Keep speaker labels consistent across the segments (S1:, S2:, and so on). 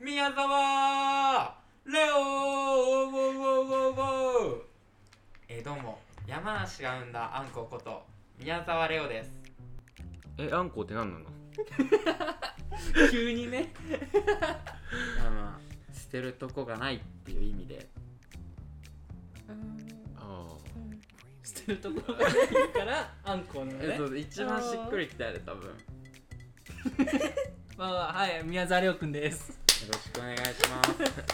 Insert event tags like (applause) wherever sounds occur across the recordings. S1: 宮沢レオーウォーウォーウォーウォーえーどうも山梨が生んだあんここと宮沢レオです
S2: えあんこって何なの
S3: 急にねまあまあ捨てるとこがないっていう意味で
S2: あ
S4: 捨てるところがないからあんこなの
S3: え
S4: ね
S3: そう一番しっくりきたやで多分よ
S4: まあまあはい宮沢亮君です
S3: ろしくお願いします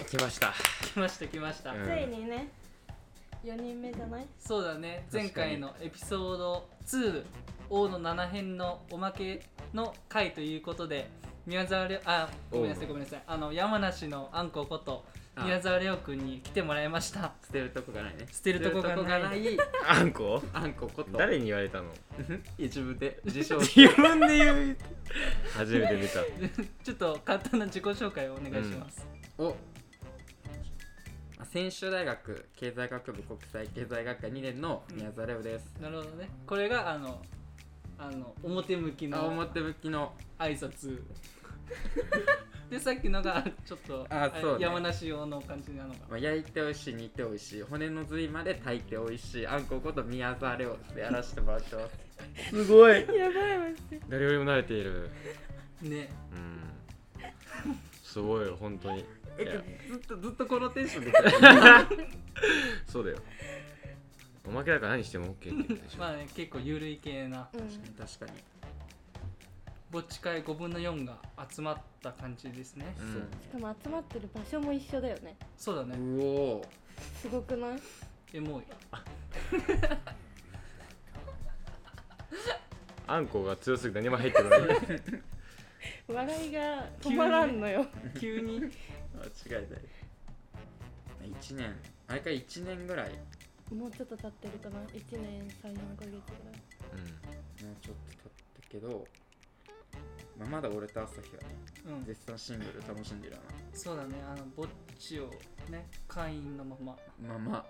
S2: あ
S3: (laughs)
S2: 来ました
S4: 来ました来ました、
S2: うん
S5: ついにね4人目じゃない
S4: そうだね前
S2: 確か
S4: 回
S2: に
S4: のエピソード2王の7編のおまけの回ということで宮沢亮あごめんなさい
S2: 王の
S4: ごめんなさいあの山梨のあんここと
S3: あ
S4: 宮沢亮君に来てもらいました
S3: 捨てるとこがないね
S4: 捨てるとこがない
S3: い
S2: あんこ
S3: あんここと
S2: 誰に言われたの
S3: 自分で
S1: (laughs)
S3: 自称して
S2: 自分で言う初めて見た
S4: ちょっと簡単な自己紹介をお願いします、
S3: お専修大学経済学部国際経済学科2年の宮沢レオです、
S4: なるほどねこれがあのあの表向き
S3: あ
S4: の
S3: 表向きの
S4: 挨拶でさっきのがちょっと
S3: あそうね
S4: 山梨用の感じなのが
S3: まあ焼いておいしい煮ておいしい骨の髄まで炊いておいしいあんここと宮沢レオでやらせてもらってます
S2: すごい
S5: やばいわ
S2: 誰よりも慣れている
S4: ね
S2: うんすごいよ本当に
S3: (laughs) え
S2: いや
S3: ずっとずっとこのテンションで来た
S2: そうだよおまけだから何しても OK って言ってしょ
S4: まあね結構ゆるい系な
S5: うん
S3: (laughs) 確かに
S4: ぼっち会5分の4が集まった感じですね、
S2: うん
S5: しかも集まってる場所も一緒だよね
S4: そうだね
S3: うおー
S5: すごくない
S4: エモい
S2: あんこが強すぎて何も入ってこない
S5: 笑いが止まらんのよ
S4: 急に
S3: 間違いない1年あれから1年ぐらいも
S5: もうちょっと経ってるかな1年34ヶ月ぐらいう
S3: ちょっと経ったけど、まあ、まだ俺と朝日はね
S4: うん
S3: 絶賛シングル楽しんでるよ
S4: そうだねあのぼっちをね会員のまま
S3: なまあまあ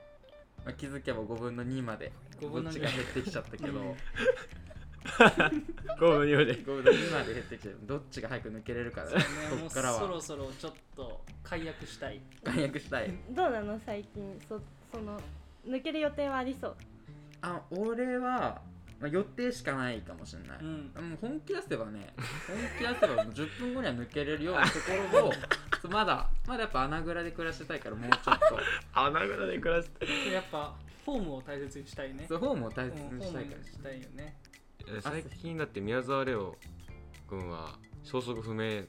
S3: まあ、気づけば5分の2まで
S4: 5分の
S3: こっち
S4: 2
S3: が減ってきちゃったけど (laughs)
S4: うん
S3: 5
S2: うんゴムのようで
S3: 分の2まで減ってきちゃったどっちが早く抜けれるかだね
S4: ねも
S3: こ
S4: う
S3: っからは
S4: そろそろちょっと解約したい
S3: 解約したい
S5: どうなの最近そその抜ける予定はありそう
S3: あ俺は、まあ、予定しかないかもしれない、
S4: うん
S3: もう本気出せばね本気出せばもう10分後には抜けれるようなところをそうまだまだやっぱ穴蔵で暮らしてたいからもうちょっと
S2: (laughs) 穴蔵で暮らして
S4: やっぱフォームを大切にしたいね
S3: そうフォームを大
S4: うん
S3: 切
S4: フォ
S3: に
S4: ー
S3: した
S4: ム
S3: いから
S4: にしたいよね
S2: 最近だって宮沢レオ君は消息不明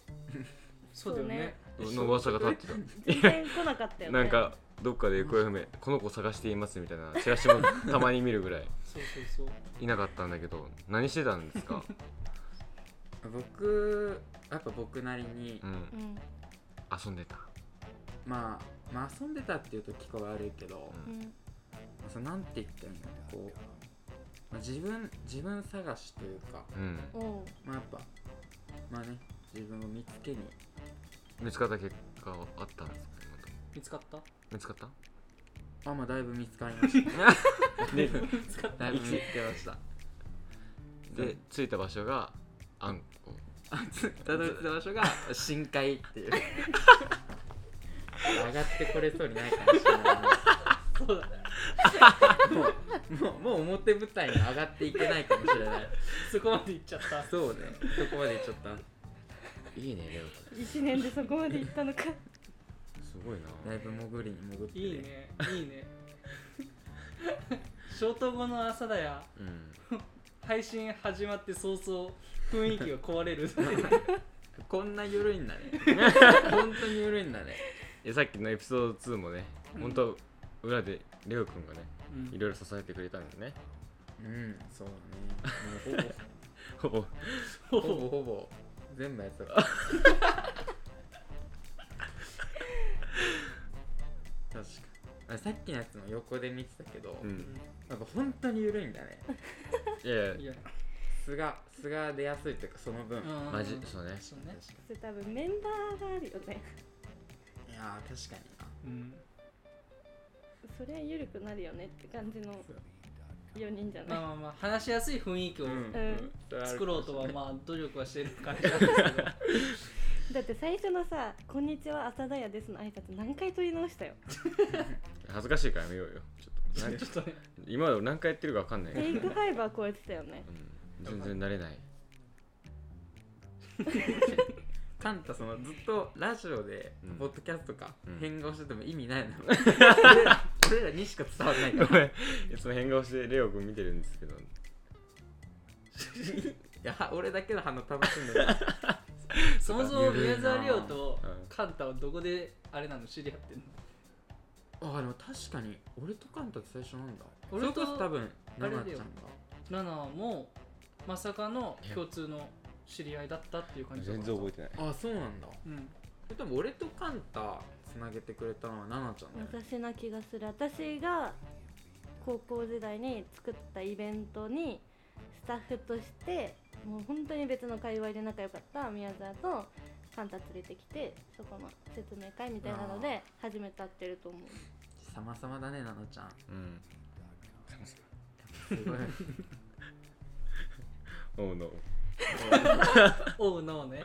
S4: そうだよね
S2: の噂が立って
S5: 全然来なかった
S2: た
S5: よね
S2: (laughs) なんかどっかで行方不明この子探していますみたいなチラシもたまに見るぐらい
S4: そうそうそう
S2: いなかったんだけど何してたんですか (laughs)
S3: 僕やっぱ僕なりに、
S2: うん
S5: うん
S2: 遊んでた
S3: まあまあ遊んでたっていうと聞こえ悪いけど、
S2: うん
S5: うん
S3: まあ、そうなんて言ったらいいんだろうこう、まあ、自分自分探しというか
S2: うん
S5: おう
S3: まあやっぱまあね自分を見つけに
S2: 見つかった結果はあったんですかまた
S4: 見つかった
S2: 見つかった
S3: あまあだいぶ見つかりま (laughs) した
S2: で
S4: 見つかっ
S3: だいぶ見つけました
S2: で着いた場所があんこ
S3: たどり着いた場所が深海っていう上がってこれそうにないかもしれ
S4: そうだね
S3: ないもうもうもう表舞台に上がっていけないかもしれない
S4: そこまで行っちゃった
S3: そうねそこまでいっちゃった
S2: いいねレオ
S5: 1年でそこまで行ったのか
S2: すごい
S3: だ
S2: ない
S3: ぶ潜りに潜って
S4: いいねいいね消灯後の朝だや
S2: うん
S4: 配信始まって早々雰囲気が壊れ (laughs) る
S3: こんな緩いんだ (laughs) ね本当に緩いんだね
S2: いやさっきのエピソード2もね本当裏でレオくんがね
S4: うん
S2: いろいろ支えてくれたんだね
S3: うん (laughs) そうだねもう
S2: ほぼ
S3: ほぼほぼほぼ全部やってたから確かあさっきのやつも横で見てたけど、
S2: うん
S3: なんか本当に緩いんだね。
S2: いやい
S4: い
S2: や
S4: や
S3: 素が素が出やすいというかその分。
S4: うん
S2: マジそうね
S4: そうね
S5: それ多分メンバーがあるよね
S3: いやー確かにな。
S4: うん
S5: そりゃ緩くなるよねって感じの4人じゃない、
S4: まあまあまあ話しやすい雰囲気を
S5: ん
S3: それはある
S4: 作ろうとは
S3: かも
S4: まあ努力はしてる感じなんですけど
S5: だって最初のさ「こんにちは浅田屋です」の挨拶何回取り直したよ
S2: 恥ずかしいからやめようよちょっとなん
S4: ちょっとね
S2: 今まで何回やってるか分かんないけど
S5: テイクファイバー超えてたよね
S2: うん全然慣れない
S3: カンタそのずっとラジオで、
S2: うん
S3: ポッドキャストとか、
S2: うん
S3: 変顔してても意味ないの (laughs) 俺ら俺らにしか伝わらないから
S2: ごめん (laughs) いつも変顔してレオ君見てるんですけど
S3: (laughs) いや俺だけの反応楽しんでる
S4: そもそも宮沢りょうと
S2: うん
S4: カンタはどこであれなの知り合ってんの
S3: あでも確かに俺とカンタって最初なんだ
S4: 俺と
S3: それこそ多分
S4: あれ
S3: 奈
S4: だ
S3: 々
S4: よ
S3: ちゃんが
S4: ナナもまさかの共通の知り合いだったっていう感じだ
S2: 全
S4: から
S2: 然覚えてない
S3: あそうなんだ
S4: うん
S3: でも俺とカンタつなげてくれたのは奈々ちゃんだよね
S5: 私な気がする私が高校時代に作ったイベントにスタッフとしてもう本当に別の界隈で仲良かった宮沢とカンタ連れてきてそこの説明会みたいなので初めて会ってると思う
S3: 様々だね奈々ちゃん
S2: うん
S3: すごい (laughs)
S2: 王の
S4: おうなおね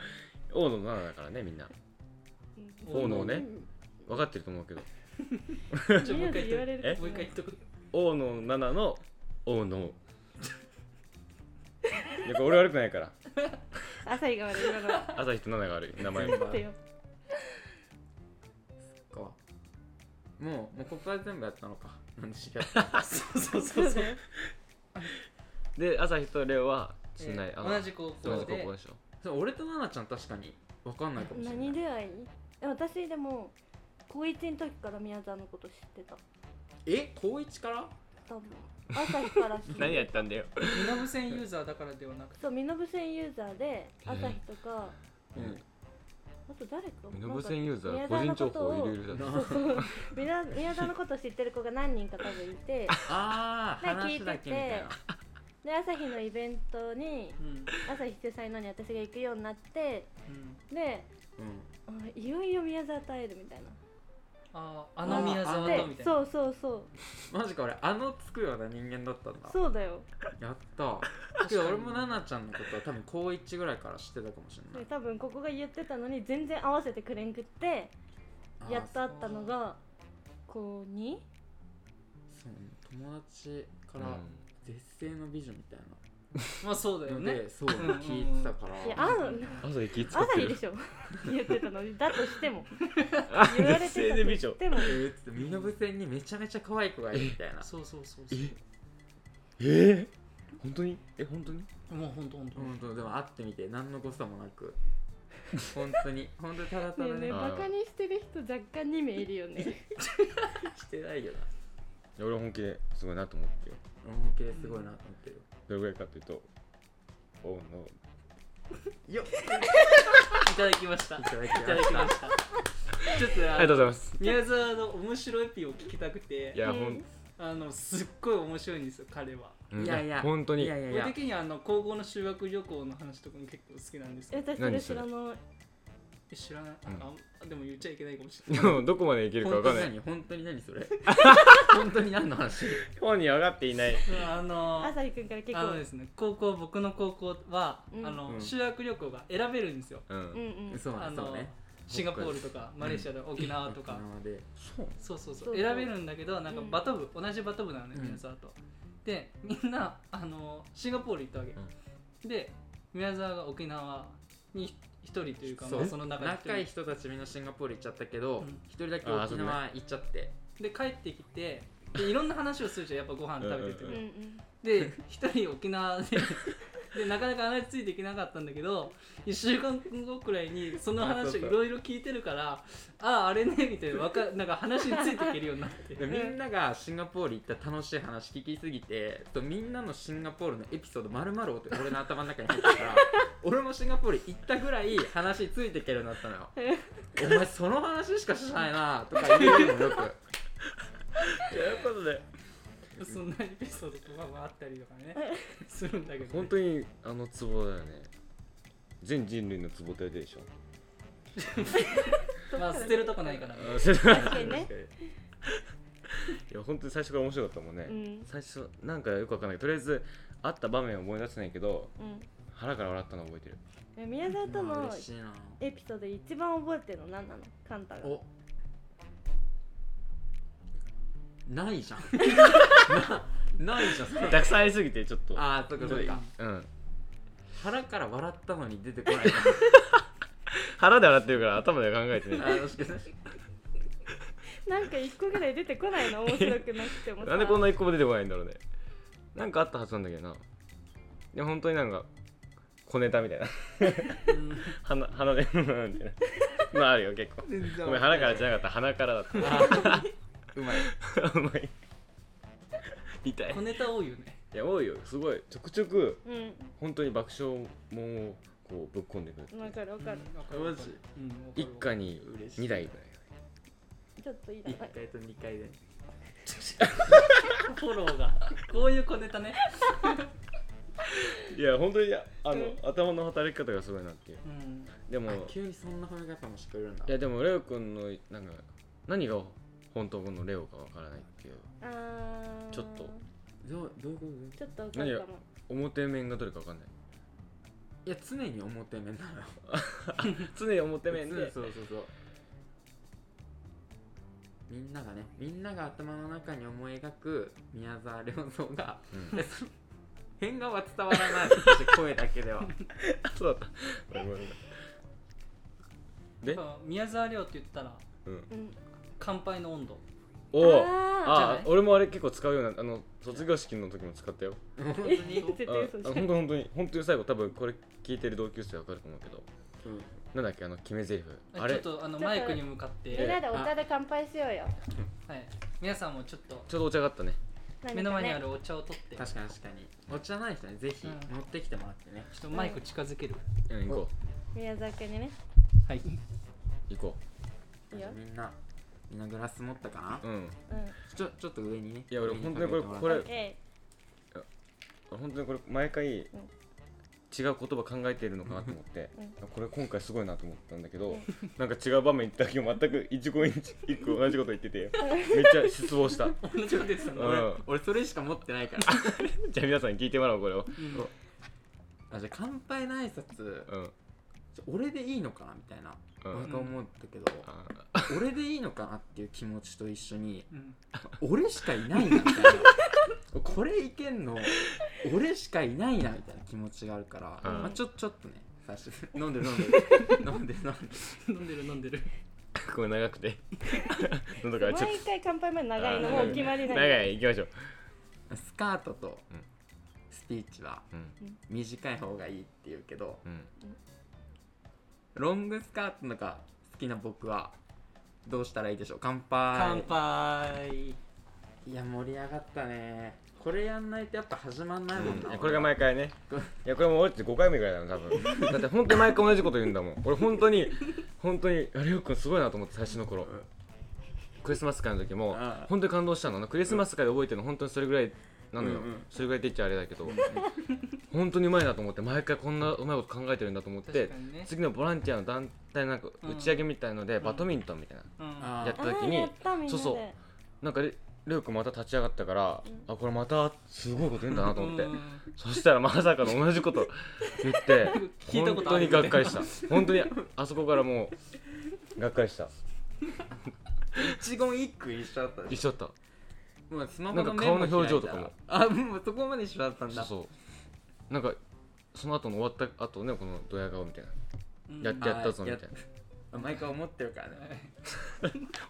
S2: 王の7だからねみんな王のね分かってると思うけど
S4: (laughs) ちょもう一回言っ
S5: れ
S2: え
S4: とくもう一回言っとく
S2: 王の7の王 (laughs) のやっぱ俺悪くないから
S5: 朝日が悪い今のは
S2: 朝日と7が悪い名前
S5: だってよ
S3: かもうもうここから全部やったのかなんで知り合ったの
S4: そうそうそうそう
S2: で朝日とレオはつない、
S4: え
S2: あ
S4: ー同じ高
S2: 同
S4: 校
S2: じ高
S4: で
S2: 校でしょ
S3: (laughs) そう俺と奈々ちゃん確かに分かんないかもしれない
S5: 何出会いえ私でも高1の時から宮沢のこと知ってた
S3: え高一から
S5: 多分朝日から知
S2: (laughs) 何や
S5: て
S2: ったんだよ
S4: 南線ユーザーだからではなく
S5: そう身延線ユーザーで朝日とか、
S3: うん
S5: あと誰か
S2: 身延線ユーザ
S5: な
S2: ー
S5: んか
S2: 個人情報いろ
S5: 宮
S2: いろだ
S5: 沢のことをそうそうみな宮沢のこと知ってる子が何人か多分いて
S3: ああ
S5: ね
S3: 話だけみたいな
S5: で朝日のイベントに
S4: うん
S5: 朝日主催のに私が行くようになって
S4: うん
S5: で
S3: うん
S5: あいよいよ宮沢と会えるみたいな
S4: あああの宮沢
S5: で
S4: とみたいな
S5: そうそうそう
S3: マジか俺あのつくような人間だったんだ
S5: そうだよ
S3: やったけど俺も奈々ちゃんのことは多分高一ぐらいから知ってたかもしれな
S5: で
S3: い
S5: 多分ここが言ってたのに全然合わせてくれんくって
S3: あー
S5: やっと会ったのがこうに
S3: そうね友達か
S2: からら、
S3: 絶世の美女みたい
S4: まあそうだ
S3: な
S4: よ
S3: の
S4: ね
S3: でそう聞いてたから
S5: いやあの
S2: 朝日気使っ
S5: 朝
S2: て
S5: 日で
S2: る
S5: しょ (laughs) 言ってたのにだとして (laughs) も
S2: 朝
S5: 言われてたと
S2: 生で美
S5: し
S2: 女
S5: ても
S3: えーっつって身延線にめちゃめちゃ可愛い子がいるみたいな
S4: そうそうそう
S2: (laughs)
S4: そ
S2: えー、本当にえ本当に
S4: うもうほんとほんと
S3: 本当でも会ってみて何の誤差もな (laughs) く本当に本当にただただ
S5: ねえ
S3: ね
S5: ねえ
S2: あ
S5: バ
S2: ー
S5: カにしてる人若干2名いるよね
S3: してないよない
S2: や俺は本気ですごいなと思ってよ
S3: 本気ですごいなと思ってる
S2: どれぐらいかっていうと王の
S3: よっ
S4: いただきましたい
S3: いただきま
S4: ただ
S3: し
S4: き
S3: た
S4: ましたちょっと
S2: あ
S4: あ
S2: りがとう
S4: の
S2: ございます
S4: 宮沢の面白いエピを聞きたくて
S2: いや、
S5: うん
S2: ほん
S4: あのすっごい面白いんですよ彼は
S2: うん
S3: いやいや
S2: 本当に
S3: いやいやい
S4: 僕
S3: や
S4: 的にはあの高校の修学旅行の話とかも結構好きなんですけど
S5: 私それ
S2: 何
S5: 知
S2: それ
S5: らない
S4: え知らない、
S2: うん
S4: ああでも言っちゃいけないかもしれ
S2: で
S4: ない
S2: も (laughs) どこまでいけるかわかんない
S3: 本当に何本当に何そ (laughs) れ本当に何の話
S2: 本に上がっていない
S4: うんあの
S5: 朝日くんから結
S4: あの
S5: 構
S4: ですね高校僕の高校は、
S5: うん
S4: あの
S2: うん
S4: 修学旅行が選べるんですよ、
S2: う
S5: うん
S2: ん
S5: うん
S3: そう
S4: あ
S3: な
S4: の
S3: のね
S4: シンガポールとかマレーシアとか沖縄とか、
S3: 沖縄でそう
S4: そうそうそう
S5: そうそう
S4: 選べるんだけどなんか
S5: うん
S4: バト部、同じバト部なのね
S3: うん
S4: 宮沢と、でみんなあのシンガポール行ったわけ、で宮沢が沖縄に一人というかまあその中で一人
S3: 仲いい人たちみんなシンガポール行っちゃったけど
S4: うん
S3: 一人だけ
S2: あー
S3: 沖縄行っちゃって
S4: で帰ってきてでいろんな話をするじゃんやっぱご飯食べてて
S2: う
S4: も、
S5: うん
S4: で一人沖縄ででなかなか話ついていけなかったんだけど1週間後くらいにその話をいろいろ聞いてるからあああれねみたいなわかなんか話についていけるようになって
S3: でみんながシンガポール行った楽しい話聞きすぎてとみんなのシンガポールのエピソードまるまる俺の頭の中に入ってたから
S4: (laughs)
S3: 俺もシンガポール行ったぐらい話ついていけるようになったのよお前その話しかしないなとか言うの
S4: (laughs)
S3: よく
S2: いややっぱね
S4: そんなエピソードとかもあったりとかねするんだけど、
S2: 本当にあのツボだよね全人類のツボ体でしょ
S4: まあ捨てるとこないから
S2: (laughs)
S4: ね
S2: い
S5: うんうんね
S2: や本当に最初から面白かったもんね、
S5: うん
S2: 最初なんかよくわかんないとりあえずあった場面は思い出せないけど
S5: うん
S2: 腹から笑ったの覚えてる
S5: え宮沢と
S3: まあ
S5: の
S3: 嬉しいな
S5: エピソードで一番覚えてるの何なのカンタが
S3: おないじゃん (laughs) なないじゃん
S2: たくさんありすぎてちょっと
S3: ああそっかそっか
S2: うん
S3: 腹から笑ったのに出てこ (laughs) ない
S2: 腹で洗ってるから頭では考えて
S3: あ
S2: ね
S3: ーもしかして
S5: なんか一個ぐらい出てこないの面白くなくてもさ
S2: (laughs) なんでこんな一個も出てこないんだろうねなんかあったはずなんだけどなでも本当になんか小ネタみたいな鼻鼻でみたいなまああるよ結構ごめん腹からじゃなかった鼻からだっ
S3: うまい
S2: たうまい痛い
S4: 小ネタ多いよね
S2: いや多いよすごいちょくちょく
S5: う
S2: 本当に爆笑もんをこうぶっ込んでくるってい
S5: ん
S2: う
S5: わかるわかる、
S3: マジ
S4: うんわかるわかる
S2: 一家に
S3: 嬉しい
S2: 2台ぐらい
S5: ちょっといいだ
S3: 1回と2回で
S4: フォローがこういう小ネタね
S2: いや本当にあの、
S5: う
S2: 頭の働き方がすごいなっていう
S4: うん
S2: でも
S3: あ急にそんな褒め方もしてくれるんだ
S2: いやでもレオくんのなんか何が本当のレオかわからないっていう
S5: あー
S2: ちょっと
S3: どうどういうことどういうこ
S5: ちょっとわかるかも
S2: 表面がどれかわかんない
S3: といや常に表面なのよ
S2: 常に表
S3: 常に
S2: 面
S3: (laughs)
S2: で
S3: そうそうそうみんながねみんなが頭の中に思い描く宮沢良三が
S2: うん
S3: でその変顔は伝わらない私声だけ
S5: (laughs)
S3: では
S2: あそうだったごめんごめんで
S4: やっぱ宮沢亮って言ったら
S2: うん
S5: うん
S4: 乾杯の温度
S2: おお
S5: あ
S4: じゃな
S2: あ
S4: い
S2: 俺もあれ結構使うようなあの卒業式の時も使ったよ
S3: 本当
S5: ー
S3: に、
S5: え絶対嘘
S2: あ
S5: じ
S2: あ
S5: ゃ
S2: 本
S5: ん
S2: 当本当に本当に最後多分これ聞いてる同級生わかると思うけど
S3: うん
S2: なんだっけあの決め台詞あ
S4: ちょっ
S2: れ
S4: とあのマイクに向かって
S5: みんなでお茶で乾杯しようよ
S4: はい、皆さんもちょっと
S2: ちょうどお茶があったね
S5: 何かね
S4: 目の前にあるお茶を取って、ちょ
S3: 確かに確かにお茶ない人ねぜひ
S4: うん
S3: 持ってきてもらってね、
S4: っとマイク近づける。
S2: うん行こ
S5: 宮沢君にね
S4: はい。
S2: う行こ
S5: いいよ
S3: みんなみんなグラス持ったかな、
S2: ううん
S5: うん
S3: ちょちょっと上にね
S2: いや俺
S3: 上
S2: 本当にこれ
S3: かけてもらって
S2: これ
S5: え
S2: 本当にこれ毎回違う言葉考えているのかなと思って、
S5: うん
S2: これ今回すごいなと思ったんだけど、
S5: うん
S2: なんか違う場面行った時も全く一語一一個同じこと言っててめっちゃ失望した
S4: 同じことですよね。
S2: う
S3: 俺
S2: ん
S3: 俺それしか持ってないから
S2: じゃあ皆さんに聞いてもらおうこれを、
S4: うん
S3: あじゃあ乾杯の挨拶
S2: うん
S3: ちょ俺でいいのかなみたいな
S2: うん
S3: 毎回思ったけど、
S2: あ
S3: 俺でいいのかなっていう気持ちと一緒に
S4: うん
S3: 俺しかいないなみたいなこれいけんの俺しかいないなみたいな気持ちがあるから、
S2: うん
S3: まあ、ちょちょっとね最初飲んでる飲んで
S2: (laughs)
S3: る飲んでる飲んでる
S4: 飲んでる飲んでる。
S2: ーこれ長く
S5: (laughs)
S2: て喉
S5: え
S2: がちょっ
S5: 毎回乾杯まで
S2: と
S5: 長いの
S2: あ
S5: も
S2: ー
S5: う決まりな
S2: 長い
S5: い
S2: 行きましょう、
S3: スカートと
S2: うん
S3: スピーチは
S2: うん
S3: 短い方がいいっていうけど
S2: うん、
S3: ロングスカートのが好きな僕はどうしたらいいでしょう乾杯
S4: 乾杯。
S3: いや盛り上がったねこれやんないとやっぱ始まんないもんな、
S2: いやこれが毎回ねいやこれも俺って5回目ぐらいだな多分
S4: (laughs)
S2: だって本当に毎回同じこと言うんだもん俺本当に本当にあれよくんすごいなと思って最初の頃、クリスマス会の時も
S3: ああ
S2: 本当に感動したのあのクリスマス会で覚えてるの本当にそれぐらいなのよ、
S3: うんうん
S2: それぐらいって言っちゃあれだけど本当にうまいなと思って毎回こんなうまいこと考えてるんだと思って
S4: 確かにね。
S2: 次のボランティアの団体なんか
S4: うん
S2: 打ち上げみたいので、バドミントンみたいな、
S4: うん。
S3: あ
S2: やっ
S3: ー
S2: た時に
S5: あーやったみんなで
S2: そうそうなんかレレオくんまた立ち上がったから、あこれまたすごいこと言うんだなと思って、
S4: うん
S2: そしたらまさかの同じこと言って
S4: 聞いた
S2: 本
S4: こと
S2: 当
S4: ある
S2: にがっかりした本当にあそこからもうがっかりした
S3: 一言一句一緒だったでしょ
S2: 一緒だっ
S3: もうスマ
S2: た
S3: ホ
S2: なん
S3: の
S2: か
S3: メモ開
S2: 顔の
S3: いたら
S2: 表情とかも
S3: あもうそこまで一緒だったん
S2: そ
S3: だ
S2: うそうなんかその後の終わった後ねこのドヤ顔みたいな、
S4: うん
S2: やってやったぞ
S3: あ
S2: み
S3: ー
S2: た
S3: や
S2: いな
S3: あ毎回思ってるからね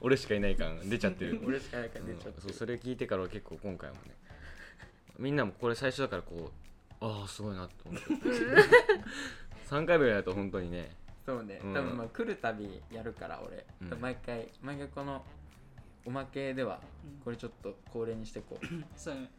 S2: 俺しかいない感出ちゃってる
S3: 俺しかないから
S2: う
S3: (laughs) 出
S2: ん
S3: ちゃって
S2: そう
S3: る
S2: それ聞いてから結構今回もねみんなもこれ最初だからこうああすごいなと思って3回目やると本当にね
S3: そうね、
S2: うん
S3: 多分まあ来るたびやるから俺、
S2: うん
S3: 多分毎回毎回このおまけでは
S4: うん
S3: これちょっと恒例にしてこう
S4: そうね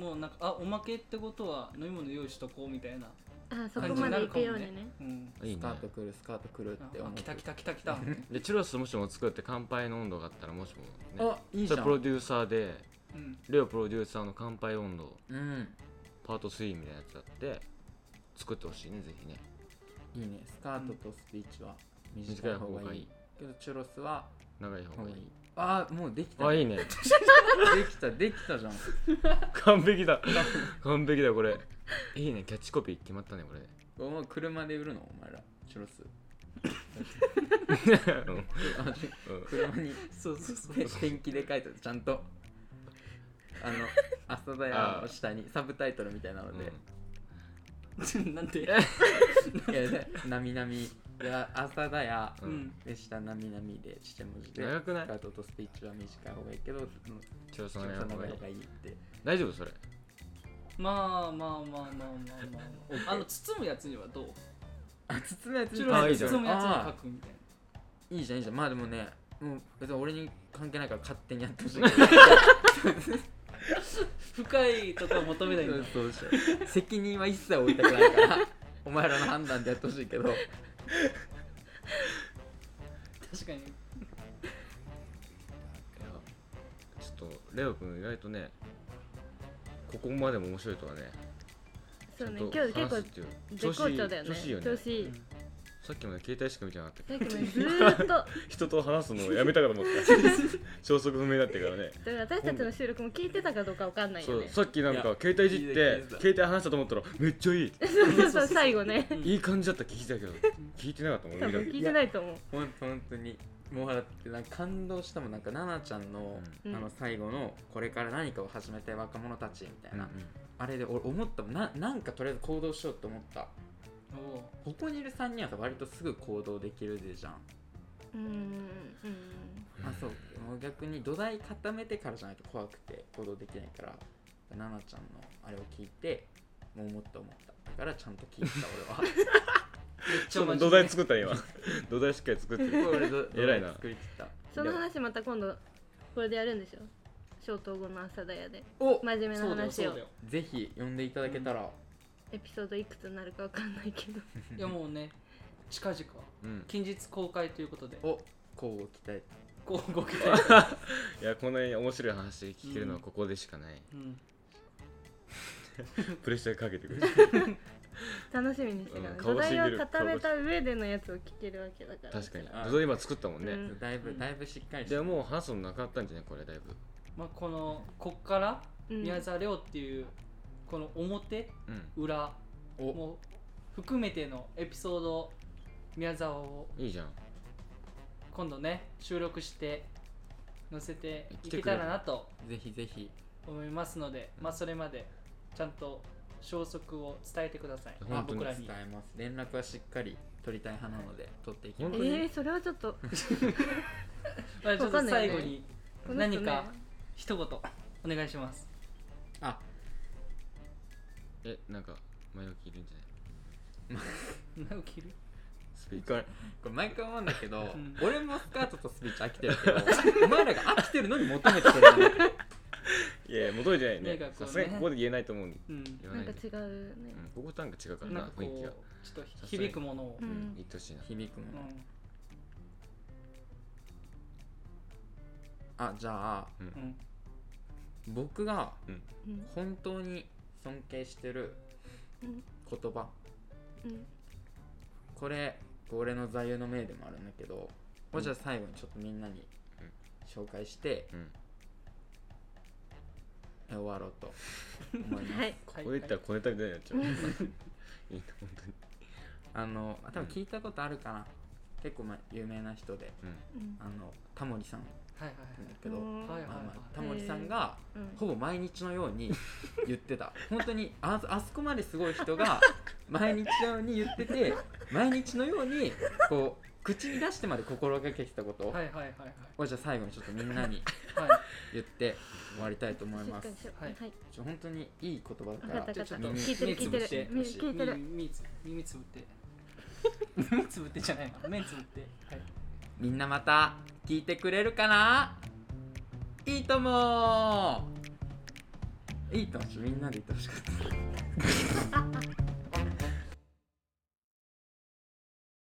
S4: もうなんかあおまけってことは飲み物用意しとこうみたいな。
S5: あそこまで行くようにね
S4: うん。
S2: いい
S3: ス
S2: ね
S3: カート来るスカート来るって思
S4: あ
S3: う
S4: 来た来た来た来た。
S2: でチュロスもしも作って乾杯の温度があったらもしも、ね、
S3: あいいじ
S2: そ
S3: ゃ
S2: れ
S3: ん
S2: プロデューサーで
S4: うん。
S2: レオプロデューサーの乾杯温度
S3: うん
S2: パート3みたいなやつだって作ってほしいねぜひね
S3: いいねスカートとスピーチは短い方がいい,、
S2: 短い方がいい
S3: けどチュロスは
S2: 長い方
S3: 方が
S2: がい
S3: い
S2: い
S3: いああもうできた
S2: あ
S3: で
S2: いいね (laughs)
S3: きたできたじゃん
S2: 完璧だ完璧だこれいいねキャッチコピー決まったねこれ
S3: お前車で売るのお前らチュロス
S2: うんう
S3: あ違
S2: ん
S3: う車に
S4: そうそ
S3: (laughs)
S4: うそう
S3: ペンキで書いてあるちゃんとあの「朝だよ」の下にサブタイトルみたいなので
S4: なんて
S3: 「いやでなみなみ」や「朝だよ」
S2: う
S4: うんん
S3: で下「なみなみ」でちっちゃい文字で
S2: 長くない
S3: ガードとスピーチは短い方がいいけど
S2: ちょそ
S3: そ
S2: の
S3: の
S2: 辺
S3: 方
S2: は
S3: がいいって
S2: 大丈夫それ
S4: まあまあまあまあまあまあまああの包むやつにはどう
S3: あ包むやつ
S4: チュ
S3: に
S4: ロ
S2: あいい
S4: ス
S2: じゃん
S4: 包むやつに
S3: あ
S4: 書くみたい
S3: いいじゃんいいじゃんまあでもねもう別に俺に関係ないから勝手にやってほしい
S4: な深いとこは求めないんだ
S3: (laughs) そうそうそう責任は一切負いたくないからお前らの判断でやってほしいけど
S4: 確かに
S2: いやちょっとレオ君意外とねここまでも面白いとはね
S5: そうね
S2: ちゃんと
S5: 今日結
S2: 話すっ
S5: 構
S2: ていう
S5: 絶好調だよね
S2: 調子いいよね
S5: 調子いい
S2: さっきまで携帯しか見てなかったけ
S5: さっきまでずー
S2: (laughs)
S5: っとだか
S2: ど人と話すのをやめたかと思った消息不明だったからね
S5: ら私たちの収録も聞いてたかどうかわかんない
S2: そ
S5: よ
S2: う
S5: ね
S2: さっきなんか携帯いじっ
S3: いやいい
S2: て
S3: ですよ
S2: 携帯話したと思ったらめっちゃいい
S5: (laughs) そうそうそう最後ね
S2: いい感じだった聞いたけど聞いてなかったもん
S5: 多分聞いてないと思う
S3: ほんとほんとにもうだってなんか感動したもんなんか奈々ちゃんの,、
S5: うん
S3: あの最後の「これから何かを始めたい若者たち」みたいな、
S2: う
S3: あれで俺思ったもんななんかとりあえず行動しようと思った
S4: おう
S3: ここにいる3人はさ割とすぐ行動できるでじゃん、
S5: うーんうん
S3: あそうもう逆に土台固めてからじゃないと怖くて行動できないから奈々ちゃんのあれを聞いてもう思った思っただからちゃんと聞いてた俺は
S4: めっちゃ
S2: その
S4: 真
S2: 土
S4: 面目
S2: 台作ったね今土台しっかり作ってる
S3: 俺ど
S2: 偉いな
S3: 土台作り切った
S5: その話また今度これでやるんでしょ消灯後の朝だやで
S3: お
S5: 真面目な
S4: そうだよ
S5: 話
S4: そ
S5: を
S4: うだよ
S3: ぜひ呼んでいただけたら、
S5: エピソードいくつになるかわかんないけど (laughs)
S4: いやもうね近々
S2: うん
S4: 近日公開ということで
S3: おこうご期待
S4: ごご期待
S2: いやこんなに面白い話聞けるのはここでしかない
S4: うん
S2: プレッシャーかけてくる
S5: 楽しみにしてから、
S2: うん
S5: 土
S2: 顔が染みて
S5: 台
S2: る
S5: を固めた上でのやつを聞けるわけだから
S2: 確かに
S3: あ
S2: 土台今作ったもんね、
S5: うん
S3: だいぶだいぶしっかりして
S2: でももう話すのなくなったんじゃないこれだいぶ
S4: まあこのこっから
S5: うん
S4: 宮沢亮っていうこの表
S2: うん
S4: 裏
S3: お
S4: も含めてのエピソード宮沢を
S2: いいじゃん
S4: 今度ね収録して載せて
S2: 来
S4: い
S2: て
S4: け
S2: くれ
S4: た
S2: る
S4: らなと
S3: ぜひぜひ
S4: 思いますので、まあそれまでちゃんと消息を伝えてください
S2: 本当に
S4: 僕ら
S3: 伝
S4: に
S3: えます連絡はしっかり取りたい派なので取っていき
S2: 本
S3: ま
S2: 当
S3: す
S2: に、
S5: えー、それはちょ
S4: (laughs)
S5: っと
S4: まあちょっ
S5: わか
S4: と
S5: んな
S4: 最
S5: いよね
S4: 後に
S5: この人ね
S4: 何か一言お願いし (laughs) ます
S3: あ
S2: えなんか前置きいるんじゃない
S4: 何を切る
S2: スピーチ
S3: これこれ毎回思うんだけど、
S4: ん
S3: 俺もスカートとスピーチ飽きてるけどお前らが飽きてるのに求めてくれるの
S2: いやいや求めてない
S4: なん
S2: ね
S4: かこう
S2: さ
S4: ね
S2: すがにここで言えないと思うんで
S4: うん
S2: 言わ
S5: な
S2: なんい
S5: か
S2: で
S5: 違うね
S2: うん、こことなんか違うから
S4: なん
S2: な
S4: かこう
S2: 雰囲気が
S4: ちょっと響くものを
S5: う、
S2: うんん言ってほしいな
S3: 響くも
S4: う
S3: の
S4: ん
S3: あじゃあ
S4: うん
S3: 僕が
S5: うん
S3: 本当に尊敬してる
S5: うん
S3: 言葉
S5: うん
S3: これ俺の座右の銘でもあるんだけどもうじゃあ最後にちょっとみんなに
S2: うん
S3: 紹介して
S2: うん
S3: 終わろうと思います
S5: はい
S2: ここで言ったら小ネタみ (laughs) たいになっちゃういいな本当に
S3: あの多分聞いたことあるかな、結構まあ有名な人で
S5: うん
S3: あのタモリさんな
S4: はいはい
S3: んだけど、
S5: うん
S4: はいはいはい
S3: まあま
S4: は
S3: あ、タモリさんが
S5: うん
S3: ほぼ毎日のように言って
S5: (laughs)
S3: た本当にああそこまですごい人が毎日のように言ってて毎日のようにこう口に出してまで心がけてたことを、
S4: いはいはいはいはい
S3: これじゃあ最後にちょっとみんなに
S4: はい
S3: 言って終わりたいと思い
S5: しっ
S3: ま
S5: か
S3: す
S5: りしよう
S4: は
S5: はいい
S3: ちょ本当にいい言葉だ
S5: 分
S3: か
S5: からった分かった
S4: ちょっと
S5: 聞いてる聞いて
S4: 目つぶして
S5: るみ聞いてる
S4: 耳耳つ耳つぶって (laughs) 耳つぶってじゃないな目つぶってはい
S3: みんなまた聞いてくれるかないいともいいともみんなで言ってほしかった